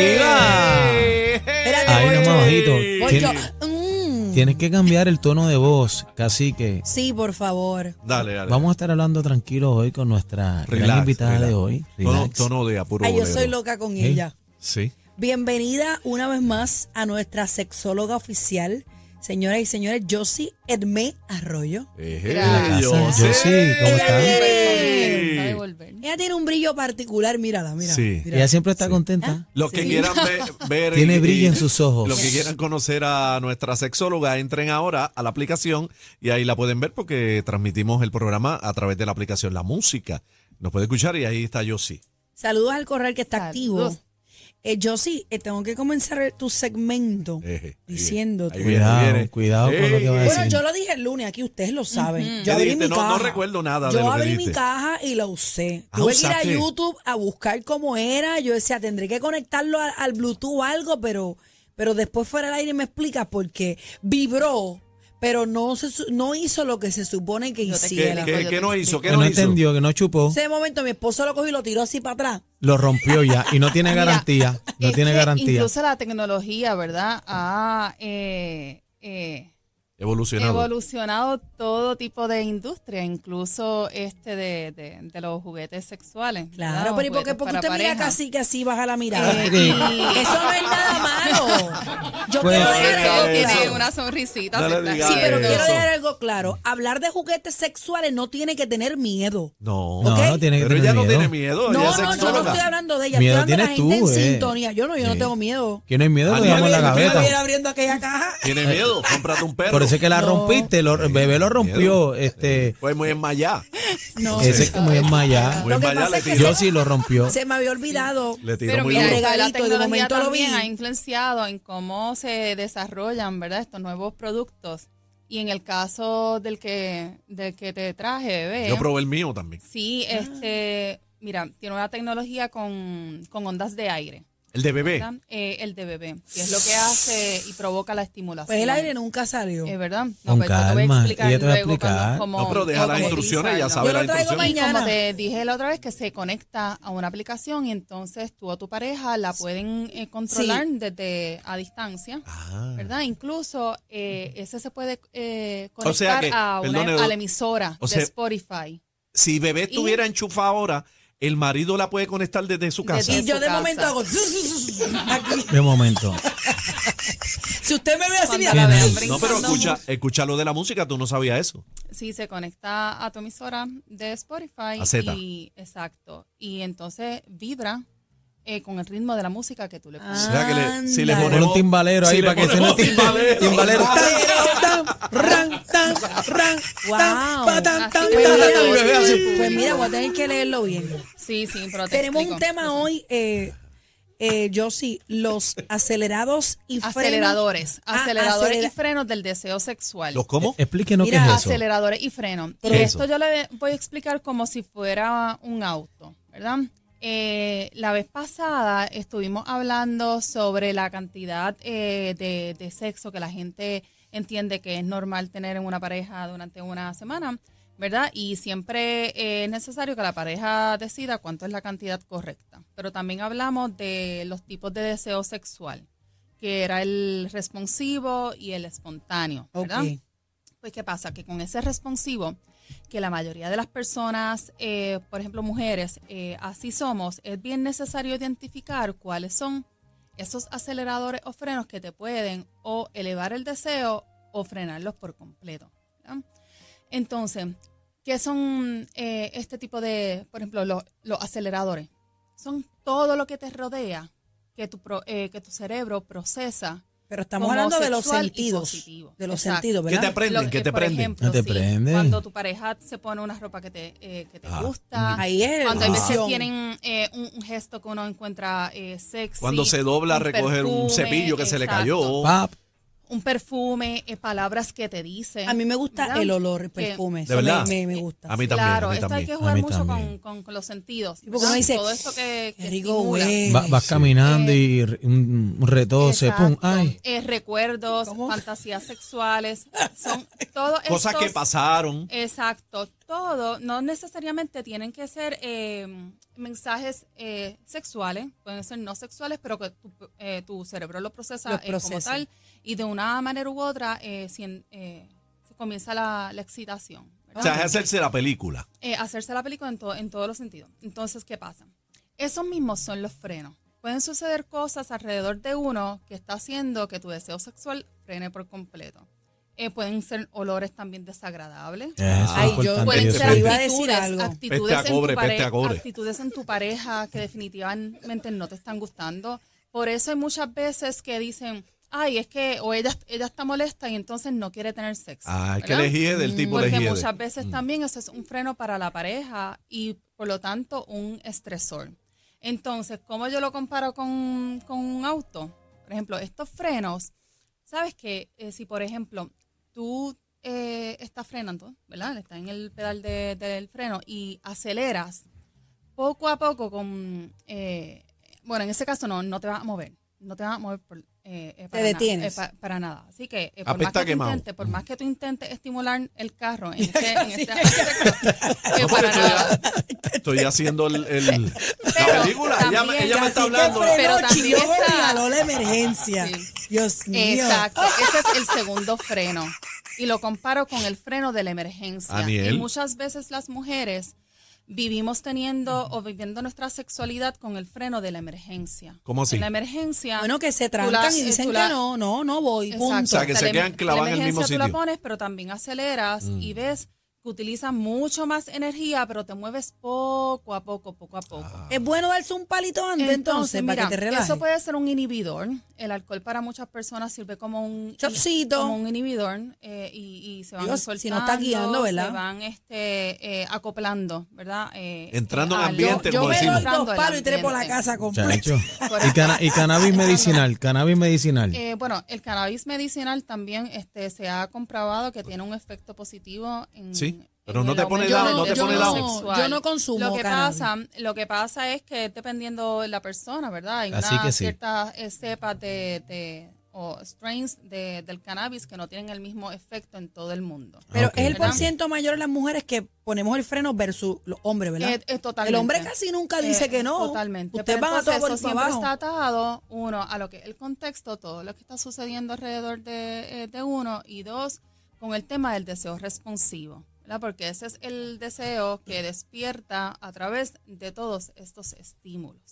arriba. Espérate, Ahí voy nomás yo. bajito. Voy yo. Tien- Mm, Tienes que cambiar el tono de voz, casi que sí, por favor. Dale, dale. vamos a estar hablando tranquilos hoy con nuestra gran Relax, invitada relax. de hoy. Tono, Relax. tono de apuro. Ay, yo bolero. soy loca con ¿Eh? ella. Sí. Bienvenida una vez más a nuestra sexóloga oficial, señoras y señores, Josie Edmé Arroyo. Eje, Gracias. Eh, yo Yo sé. sí, ¿cómo Está de están? volver, está de volver. Ella tiene un brillo particular, mírala, mira. Sí. mira. Ella siempre está contenta. Los que Sí. quieran ver, ver Tiene y- brillo en y- sus ojos. Los que quieran conocer a nuestra sexóloga, entren ahora a la aplicación y ahí la pueden ver porque transmitimos el programa a través de la aplicación La Música. Nos puede escuchar y ahí está yo sí. Saludos al corral que está Saludos. activo. Eh, Josie, eh, tengo que comenzar tu segmento. Eh, Eje, ahí Diciéndote. viene, ahí Cuidado, viene. cuidado con lo que va a Bueno, decir. yo lo dije el lunes aquí, ustedes lo saben. ¿Qué Yo abrí dijiste? mi No- no caja. recuerdo nada de Yo lo que abrí mi dijiste. caja y la usé. Ah, Tuve que ir a usaste. YouTube a buscar cómo era. Yo decía, tendré que conectarlo al, al Bluetooth o algo, pero, pero después fuera al aire me explicas por qué. Vibró, pero no, se, su- no hizo lo que se supone que Yo te ¿Qué, hiciera. la- qué- qué no hizo? ¿Qué Que no no hizo? entendió, que no chupó, Ese momento mi esposo lo cogió y lo tiró así para atrás. lo rompió ya y no tiene Mira, garantía. No Es tiene que garantía. Incluso la tecnología, ¿verdad? Ha eh, eh, Evolucionado. evolucionado todo tipo de industria, incluso este de, de- de los juguetes sexuales. Claro, pero ¿y por qué porque usted mira Eh, casi que así baja la mirada? Eh, Eso no es nada malo. Yo Pues, quiero No, dejar no, algo no, claro. tiene una sonrisita. No le se está- digas Sí, pero Eso. quiero dejar algo claro. Hablar de juguetes sexuales no tiene que tener miedo. No, No, no tiene que pero tener ella no miedo. tiene miedo. No, ella no, es yo no sexóloga. estoy hablando de ella. Miedo estoy hablando de la tienes tú, gente en eh. sintonía. Yo no, yo no Sí. tengo miedo. Que no hay miedo, Ah, lo no, dejamos en la no, no, gaveta. no, abriendo aquella caja. Tiene miedo. Cómprate un perro. Por eso es que la No. rompiste, lo- el bebé lo rompió. Este, Pues muy enmayada. No. ese es como es Maya. Muy Lo que enmayada pasa le es que tiró. Yo sí lo rompió. Se me había olvidado. Le tiró Pero muy mira, duro. esto de la Regalito, de tecnología momento lo vi. también ha influenciado en cómo se desarrollan, ¿verdad? Estos nuevos productos. Y en el caso del que, del que te traje, eh. bebé. Yo probé el mío también. Sí, este, mira, tiene una tecnología con, con ondas de aire, El de bebé. ¿verdad? Eh, el de bebé, que es lo que hace y provoca la estimulación. Pues el aire nunca salió. Es verdad. pues Con calma, ella te va a luego cuando- explicar. cómo- No, pero deja cómo las instrucciones, ella utilizarlo. sabe Yo lo las traigo instrucciones. Y como mañana. te dije la otra vez, que se conecta a una aplicación y entonces tú o tu pareja la pueden eh, controlar desde a distancia, Ah. Mm. ¿verdad? Incluso eh, ese se puede eh, conectar O sea que, a, una- perdone, a la emisora o sea, de Spotify. Si bebé estuviera enchufado ahora, el marido la puede conectar desde su casa. Y Desde- en yo su de casa. momento hago. Aquí. De momento. Si usted me ve así, Cuando mira, la vean No, pero brincando escucha, escucha lo de la música, tú no sabías eso. Sí, se conecta a tu emisora de Spotify. A Z. Y, exacto. Y entonces vibra eh, con el ritmo de la música que tú Ah. le O pones. sea que le- si le Ándale. Pon ponemos un timbalero ahí si le para que suene ponemos el timbalero. timbalero. timbalero. Tan, ran, tan, ran, tan, Wow. pa, tan, Así tan, tan, me veo tan. yo, Pues mira, sí. Pues mira, voy a tener que leerlo bien. Sí, sí, pero te Tenemos un explico. tema hoy, eh, eh, Josie, los acelerados y frenos. Aceleradores. Ah, aceleradores acelera- y frenos del deseo sexual. ¿Los cómo? Explíquenos qué Mira, es eso. aceleradores y frenos. ¿Qué Y es esto eso? yo le voy a explicar como si fuera un auto, ¿verdad? Eh, la vez pasada estuvimos hablando sobre la cantidad eh, de, de sexo que la gente entiende que es normal tener en una pareja durante una semana, ¿verdad? Y siempre eh, es necesario que la pareja decida cuánto es la cantidad correcta. Pero también hablamos de los tipos de deseo sexual, que era el responsivo y el espontáneo, ¿verdad? Ok. Pues, ¿qué pasa? Que con ese responsivo, que la mayoría de las personas, eh, por ejemplo, mujeres, eh, así somos, es bien necesario identificar cuáles son esos aceleradores o frenos que te pueden o elevar el deseo o frenarlos por completo. ¿verdad? Entonces, ¿qué son eh, este tipo de, por ejemplo, los, los aceleradores? Son todo lo que te rodea, que tu, pro- eh, que tu cerebro procesa. Pero estamos como hablando de los sexual y sentidos. positivo. De los Exacto. sentidos, ¿Qué te ¿verdad? prenden? Lo- ¿Qué eh, te por prenden? ejemplo, No te sí, prenden. Cuando tu pareja se pone una ropa que te, eh, que te Ah. gusta. Ahí es Cuando a veces emoción. tienen eh, un, un gesto que uno encuentra eh, sexy. Cuando se dobla a un recoger un perfume, cepillo que se le exacto. cayó. Pap, Un perfume, eh, palabras que te dicen. A mí me gusta ¿verdad? el olor, el Que- perfume. ¿De eso me- verdad? Me, me gusta. A mí también, Claro, a mí esto hay también. que A jugar mí mucho también. con, con- con los sentidos. porque uno ¿verdad? dice, Todo esto que, qué que rico estimula. huele. va- vas Sí. caminando y re- un un retoce, pum, Exacto. ay. Eh, recuerdos, ¿Cómo? fantasías sexuales, son todos Cosas que estos- pasaron. Exacto, todo, no necesariamente tienen que ser eh, mensajes eh, sexuales, pueden ser no sexuales, pero que tu, eh, tu cerebro lo procesa, Lo eh, como procesa. tal. Y de una manera u otra eh, si en- eh, se comienza la, la excitación. O ¿verdad? sea, es hacerse la película. Eh, hacerse la película en, to- en todos los sentidos. Entonces, ¿qué pasa? Esos mismos son los frenos. Pueden suceder cosas alrededor de uno que está haciendo que tu deseo sexual frene por completo. Eh, pueden ser olores también desagradables. Eso es Ay, yo- importante, Pueden yo ser sé. iba a actitudes, decir algo. Peste a actitudes, cobre, en tu peste a pare- cobre. actitudes en tu pareja que definitivamente no te están gustando. Por eso hay muchas veces que dicen, ay, es que o ella, ella está molesta y entonces no quiere tener sexo. Ah, hay que ¿verdad? elegir del tipo Mm. Porque elegir. muchas veces también eso es un freno para la pareja y por lo tanto un estresor. Entonces, ¿cómo yo lo comparo con, con un auto? Por ejemplo, estos frenos, ¿sabes que Si, por ejemplo, tú eh, estás frenando, ¿verdad? Estás en el pedal de- del freno y aceleras poco a poco con... eh, bueno, en ese caso no, no te vas a mover. No te vas a mover por, eh, eh, para nada, detienes. eh, pa- para nada. Así que eh, por, más Apesta que tú quemado. intentes, por más que tú intentes estimular el carro en este, en este aspecto, que No, porque para estoy, nada. estoy haciendo el, el- la Pero película. Ella, me- también- ella me Casi está que hablando. fue- Pero Pero también chilló está- regaló la emergencia. Sí. Dios mío. Exacto, ese es el segundo freno. Y lo comparo con el freno de la emergencia. Aniel. Y muchas veces las mujeres vivimos teniendo o viviendo nuestra sexualidad con el freno de la emergencia. ¿Cómo así? En la emergencia. Bueno, que se tú la- trancan y dicen tú que la- no, no, no voy, Exacto. punto. O sea, que se La quedan emer- clavadas en el la mismo emergencia tú la sitio. Mm. pones, pero también aceleras y ves que utilizas mucho más energía, pero te mueves poco a poco, poco a poco. Es bueno darse un palito antes entonces, para mira, que te relajes. Eso puede ser un inhibidor. El alcohol para muchas personas sirve como un Chopsito. como un inhibidor eh, y, y se van Dios, soltando, si no está guiando, ¿verdad? Se van este eh, acoplando, ¿verdad? Eh, Entrando en al- ambiente, yo como me doy decimos. dos Entrando al palos y tres por la ambiente. casa completa. Chacho. Y, cana- y cannabis medicinal, cannabis medicinal. Eh, bueno, el cannabis medicinal también este, se ha comprobado que tiene un efecto positivo en. Sí, en pero no el te pone aumento down, del no te deseo pone down. sexual. Yo no consumo Lo que, cannabis. pasa, lo que pasa es que dependiendo de la persona, ¿verdad? Hay Así unas que sí. ciertas eh, cepas de, de- o strains de- del cannabis que no tienen el mismo efecto en todo el mundo. Pero Ah, ok, es el ok. por ciento mayor de las mujeres que ponemos el freno versus los hombres, ¿verdad? Eh, eh, totalmente. el hombre casi nunca dice Eh, que no. Totalmente. Ustedes Pero van a entonces todo por eso ahí siempre para está abajo. atado, uno, a lo que el contexto, todo lo que está sucediendo alrededor de, eh, de uno, y dos, con el tema del deseo responsivo, ¿verdad? Porque ese es el deseo que despierta a través de todos estos estímulos.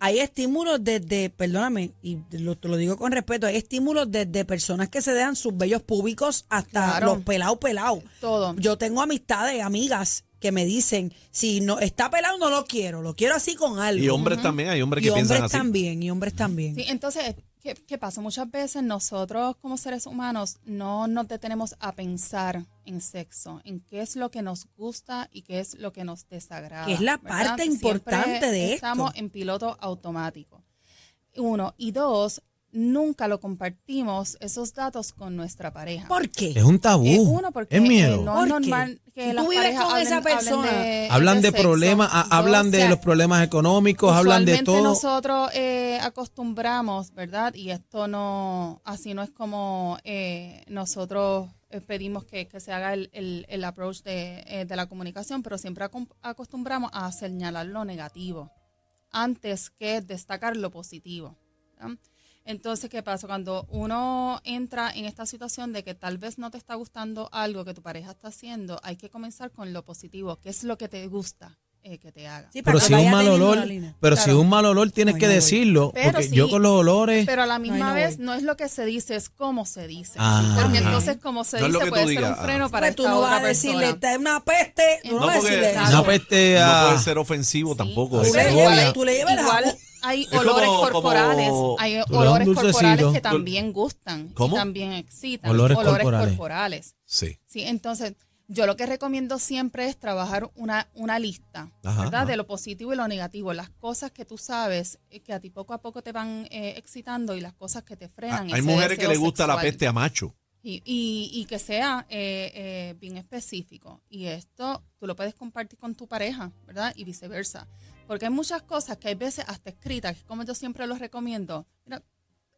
Hay estímulos desde, perdóname, y lo, te lo digo con respeto, hay estímulos desde personas que se dejan sus bellos públicos hasta Claro. los pelados pelados. Todo. Yo tengo amistades, amigas que me dicen, si no está pelado no lo quiero, lo quiero así con algo. Y hombres también, hay hombres Y que hombres piensan así. también, y hombres también. Sí, entonces, ¿qué, qué pasa? Muchas veces nosotros como seres humanos no nos detenemos a pensar en sexo, en qué es lo que nos gusta y qué es lo que nos desagrada. Que es la ¿verdad? parte Siempre importante de esto. Estamos en piloto automático. Uno. Y dos, nunca lo compartimos esos datos con nuestra pareja. ¿Por qué? es un tabú. Eh, uno, porque es miedo. eh, no ¿Por es qué? normal Si que las tú vives parejas con hablen- esa persona, hablen de, hablan de sexo. problemas, a- Dos, hablan de o sea, los problemas económicos, hablan de Usualmente todo. nosotros eh, acostumbramos, ¿verdad? Y esto no, así no es como eh, nosotros eh, pedimos que, que se haga el, el- el approach de, eh, de la comunicación, pero siempre acom- acostumbramos a señalar lo negativo antes que destacar lo positivo. ¿verdad? Entonces, ¿qué pasa? Cuando uno entra en esta situación de que tal vez no te está gustando algo que tu pareja está haciendo, hay que comenzar con lo positivo, que es lo que te gusta eh, que te haga. Sí, para pero que si un vaya mal teniendo olor, la línea. pero si Claro. un mal olor tienes Ay, que no voy. decirlo, Pero porque sí. yo con los olores Pero a la misma no vez voy. no es lo que se dice, es cómo se dice. Ah. Porque Ajá. entonces como se No es lo dice que tú puede ser digas, un freno ajá. para Pues tú esta no vas otra a decirle, persona. está en una peste. Tú no, No, vas a porque- decirle Claro. no peste No a puede ser ofensivo Sí. tampoco. ¿eh? Tú eso. le Tú le cebolla. llevas- Tú le llevas la Igual hay como- olores como- corporales, Tú hay le das un olores corporales dulcecito. que también gustan, y ¿Cómo? también excitan, Olores olores, corporales. corporales. Sí. Sí, entonces yo lo que recomiendo siempre es trabajar una, una lista, Ajá, ¿verdad? ajá. De lo positivo y lo negativo, las cosas que tú sabes eh, que a ti poco a poco te van eh, excitando y las cosas que te Ah, frenan. Hay ese mujeres que deseo les gusta la sexual. peste a macho. Y, y- y que sea eh, eh, bien específico. Y esto tú lo puedes compartir con tu pareja, ¿verdad? Y viceversa. Porque hay muchas cosas que hay veces hasta escritas, que es como yo siempre los recomiendo. Mira,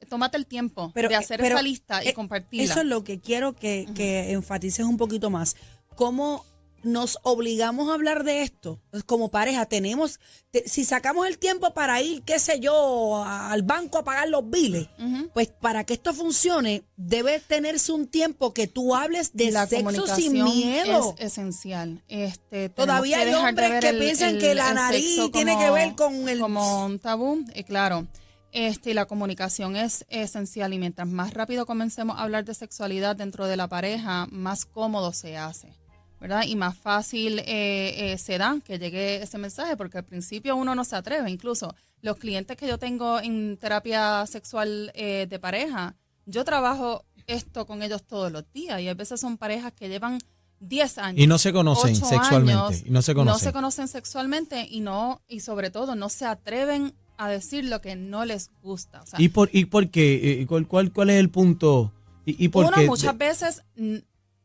tómate el tiempo Pero, de hacer pero, esa lista y eh, compartirla. Eso es lo que quiero que, que enfatices un poquito más. ¿Cómo nos obligamos a hablar de esto pues, como pareja. Tenemos, te- si sacamos el tiempo para ir, qué sé yo, a- al banco a pagar los biles, pues para que esto funcione, debe tenerse un tiempo que tú hables de la sexo comunicación sin miedo. es esencial. Este, tenemos Todavía que hay dejar de hombres ver que el- piensan el- que la el nariz sexo tiene como- que ver con el- como un tabú, eh, claro. Este, y la comunicación es esencial y mientras más rápido comencemos a hablar de sexualidad dentro de la pareja, más cómodo se hace, ¿verdad? Y más fácil eh, eh, se da que llegue ese mensaje porque al principio uno no se atreve, incluso los clientes que yo tengo en terapia sexual eh, de pareja, yo trabajo esto con ellos todos los días y a veces son parejas que llevan 10 años. Y no se conocen ocho sexualmente, años, y no se conocen. sexualmente y no y sobre todo no se atreven a decir lo que no les gusta. O sea, ¿Y por, y por qué? Eh, ¿Cuál, cuál, cuál es el punto? ¿Y, y por uno qué? muchas veces mm,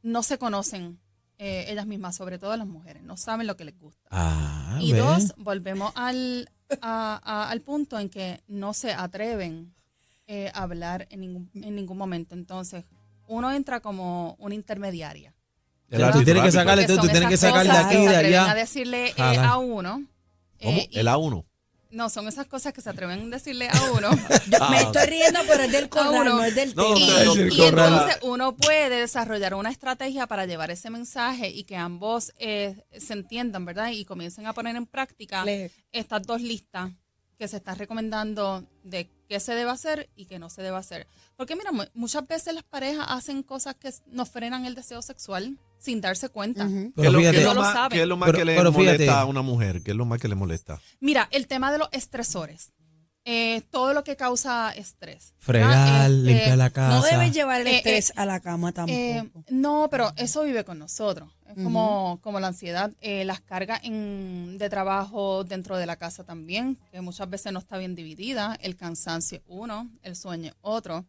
no se conocen eh, ellas mismas, sobre todo las mujeres, no saben lo que les gusta. Ah, y ¿ves? dos, volvemos al, a- a- al punto en que no se atreven eh, a hablar en ningún, en ningún momento. Entonces, uno entra como una intermediaria. Tú árbitro, tienes que árbitro. sacarle- tú- tú Porque son tienes que esas sacar de cosas aquí, que de se atreven allá. a decirle eh, Jala. a uno. eh, ¿Cómo? y- El A1. no, son esas cosas que se atreven a decirle a uno. Yo Ah, me ok. estoy riendo, pero es del corral, uno. no es del No, tema. y, no, no, y Circo raro. entonces uno puede desarrollar una estrategia para llevar ese mensaje y que ambos eh, se entiendan, ¿verdad? Y comiencen a poner en práctica Le- estas dos listas que se están recomendando de qué se debe hacer y qué no se debe hacer. Porque mira, mu- muchas veces las parejas hacen cosas que s- nos frenan el deseo sexual sin darse cuenta. Ujú. ¿Qué es Pero lo- qué es fíjate, lo No lo más- saben. qué es lo más Pero- que le pero fíjate. molesta a una mujer? ¿Qué es lo más que le molesta? Mira, el tema de los estresores. Eh, todo lo que causa estrés. ¿verdad? fregar, Este, limpiar la casa. No debes llevar el Eh, eh, estrés a la cama tampoco. Eh, no, pero eso vive con nosotros. Es como, como la ansiedad, eh, las cargas en- de trabajo dentro de la casa también, que muchas veces no está bien dividida. El cansancio es uno, el sueño es otro.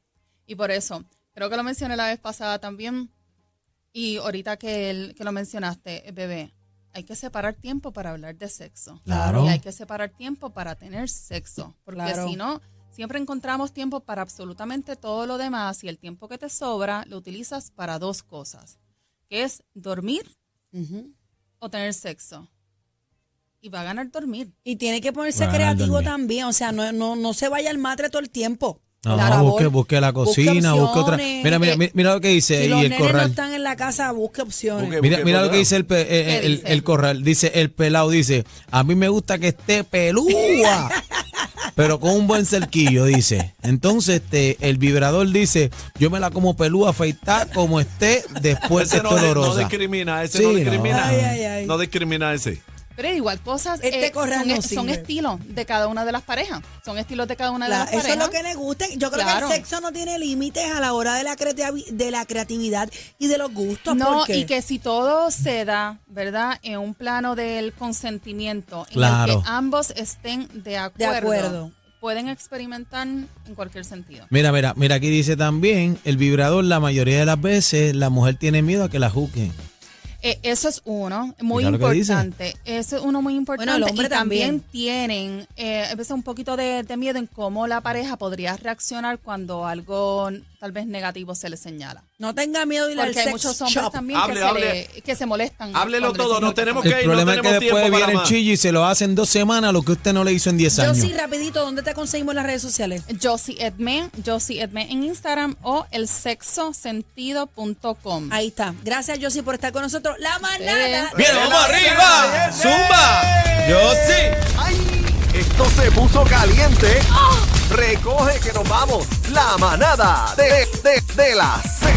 Y por eso, creo que lo mencioné la vez pasada también, y ahorita que, el- que lo mencionaste, eh, bebé, hay que separar tiempo para hablar de sexo. Claro. Y hay que separar tiempo para tener sexo. Porque Claro. si no, siempre encontramos tiempo para absolutamente todo lo demás y el tiempo que te sobra lo utilizas para dos cosas, que es dormir Ujú. o tener sexo. Y va a ganar dormir. Y tiene que ponerse Bueno, creativo dormí. también, o sea, no, no, no se vaya al matre todo el tiempo. No, Por favor, busque, busque la busque cocina, busque, otra. opciones. Mira, mira, Eh, mira, mira lo que dice si ahí los el nenes no corral. están en la casa, busque opciones. Busque- Mira, mira lo corral. que dice el, pe- eh, ¿Qué el- dice? el corral. Dice, el pelado dice, a mí me gusta que esté pelúa, pero con un buen cerquillo, dice. Entonces, este, el vibrador dice, yo me la como pelúa, afeitada como esté, después que Ese esté no, de- no olorosa. discrimina, ese Sí, no no. discrimina. Ay, ay, ay. No discrimina ese. Pero igual, cosas eh, Este corral son, no son sirve. estilos de cada una de las parejas. Son estilos de cada una de La- las eso parejas. es lo que le gusta. Yo creo Claro. que el sexo no tiene límites a la hora de la, creativi- de la creatividad y de los gustos. No, porque y que si todo se da, ¿verdad? En un plano del consentimiento, en el Claro. que ambos estén de De acuerdo, acuerdo. pueden experimentar en cualquier sentido. Mira, mira, mira, aquí dice también, el vibrador, la mayoría de las veces, la mujer tiene miedo a que la juzguen. Eh, eso es uno muy Mira lo que dice. importante. Eso es uno muy importante. Bueno, el hombre y también, también. tienen eh, a veces un poquito de, de miedo en cómo la pareja podría reaccionar cuando algo tal vez negativo se le señala. no tenga miedo de ir al Porque hay muchos sex hombres shop. también Hable, que, se le- hable. que se molestan. Háblelo cuando todo, les dicen no lo que tenemos son. Ok, el no problema es que tenemos después tiempo para viene el más. chillo y se lo hacen dos semanas lo que usted no le hizo en 10 Yo años. sí, rapidito, ¿dónde te conseguimos las redes sociales? Josie Edme, Josie Edme en Instagram o el sexosentido.com. Ahí está. Gracias, Josie, por estar con nosotros. La manada. Ustedes. Bien, vamos arriba. Zumba. Yo sí. ¡Ay! Esto se puso caliente. Recoge que nos vamos. La manada de, de, de la Z.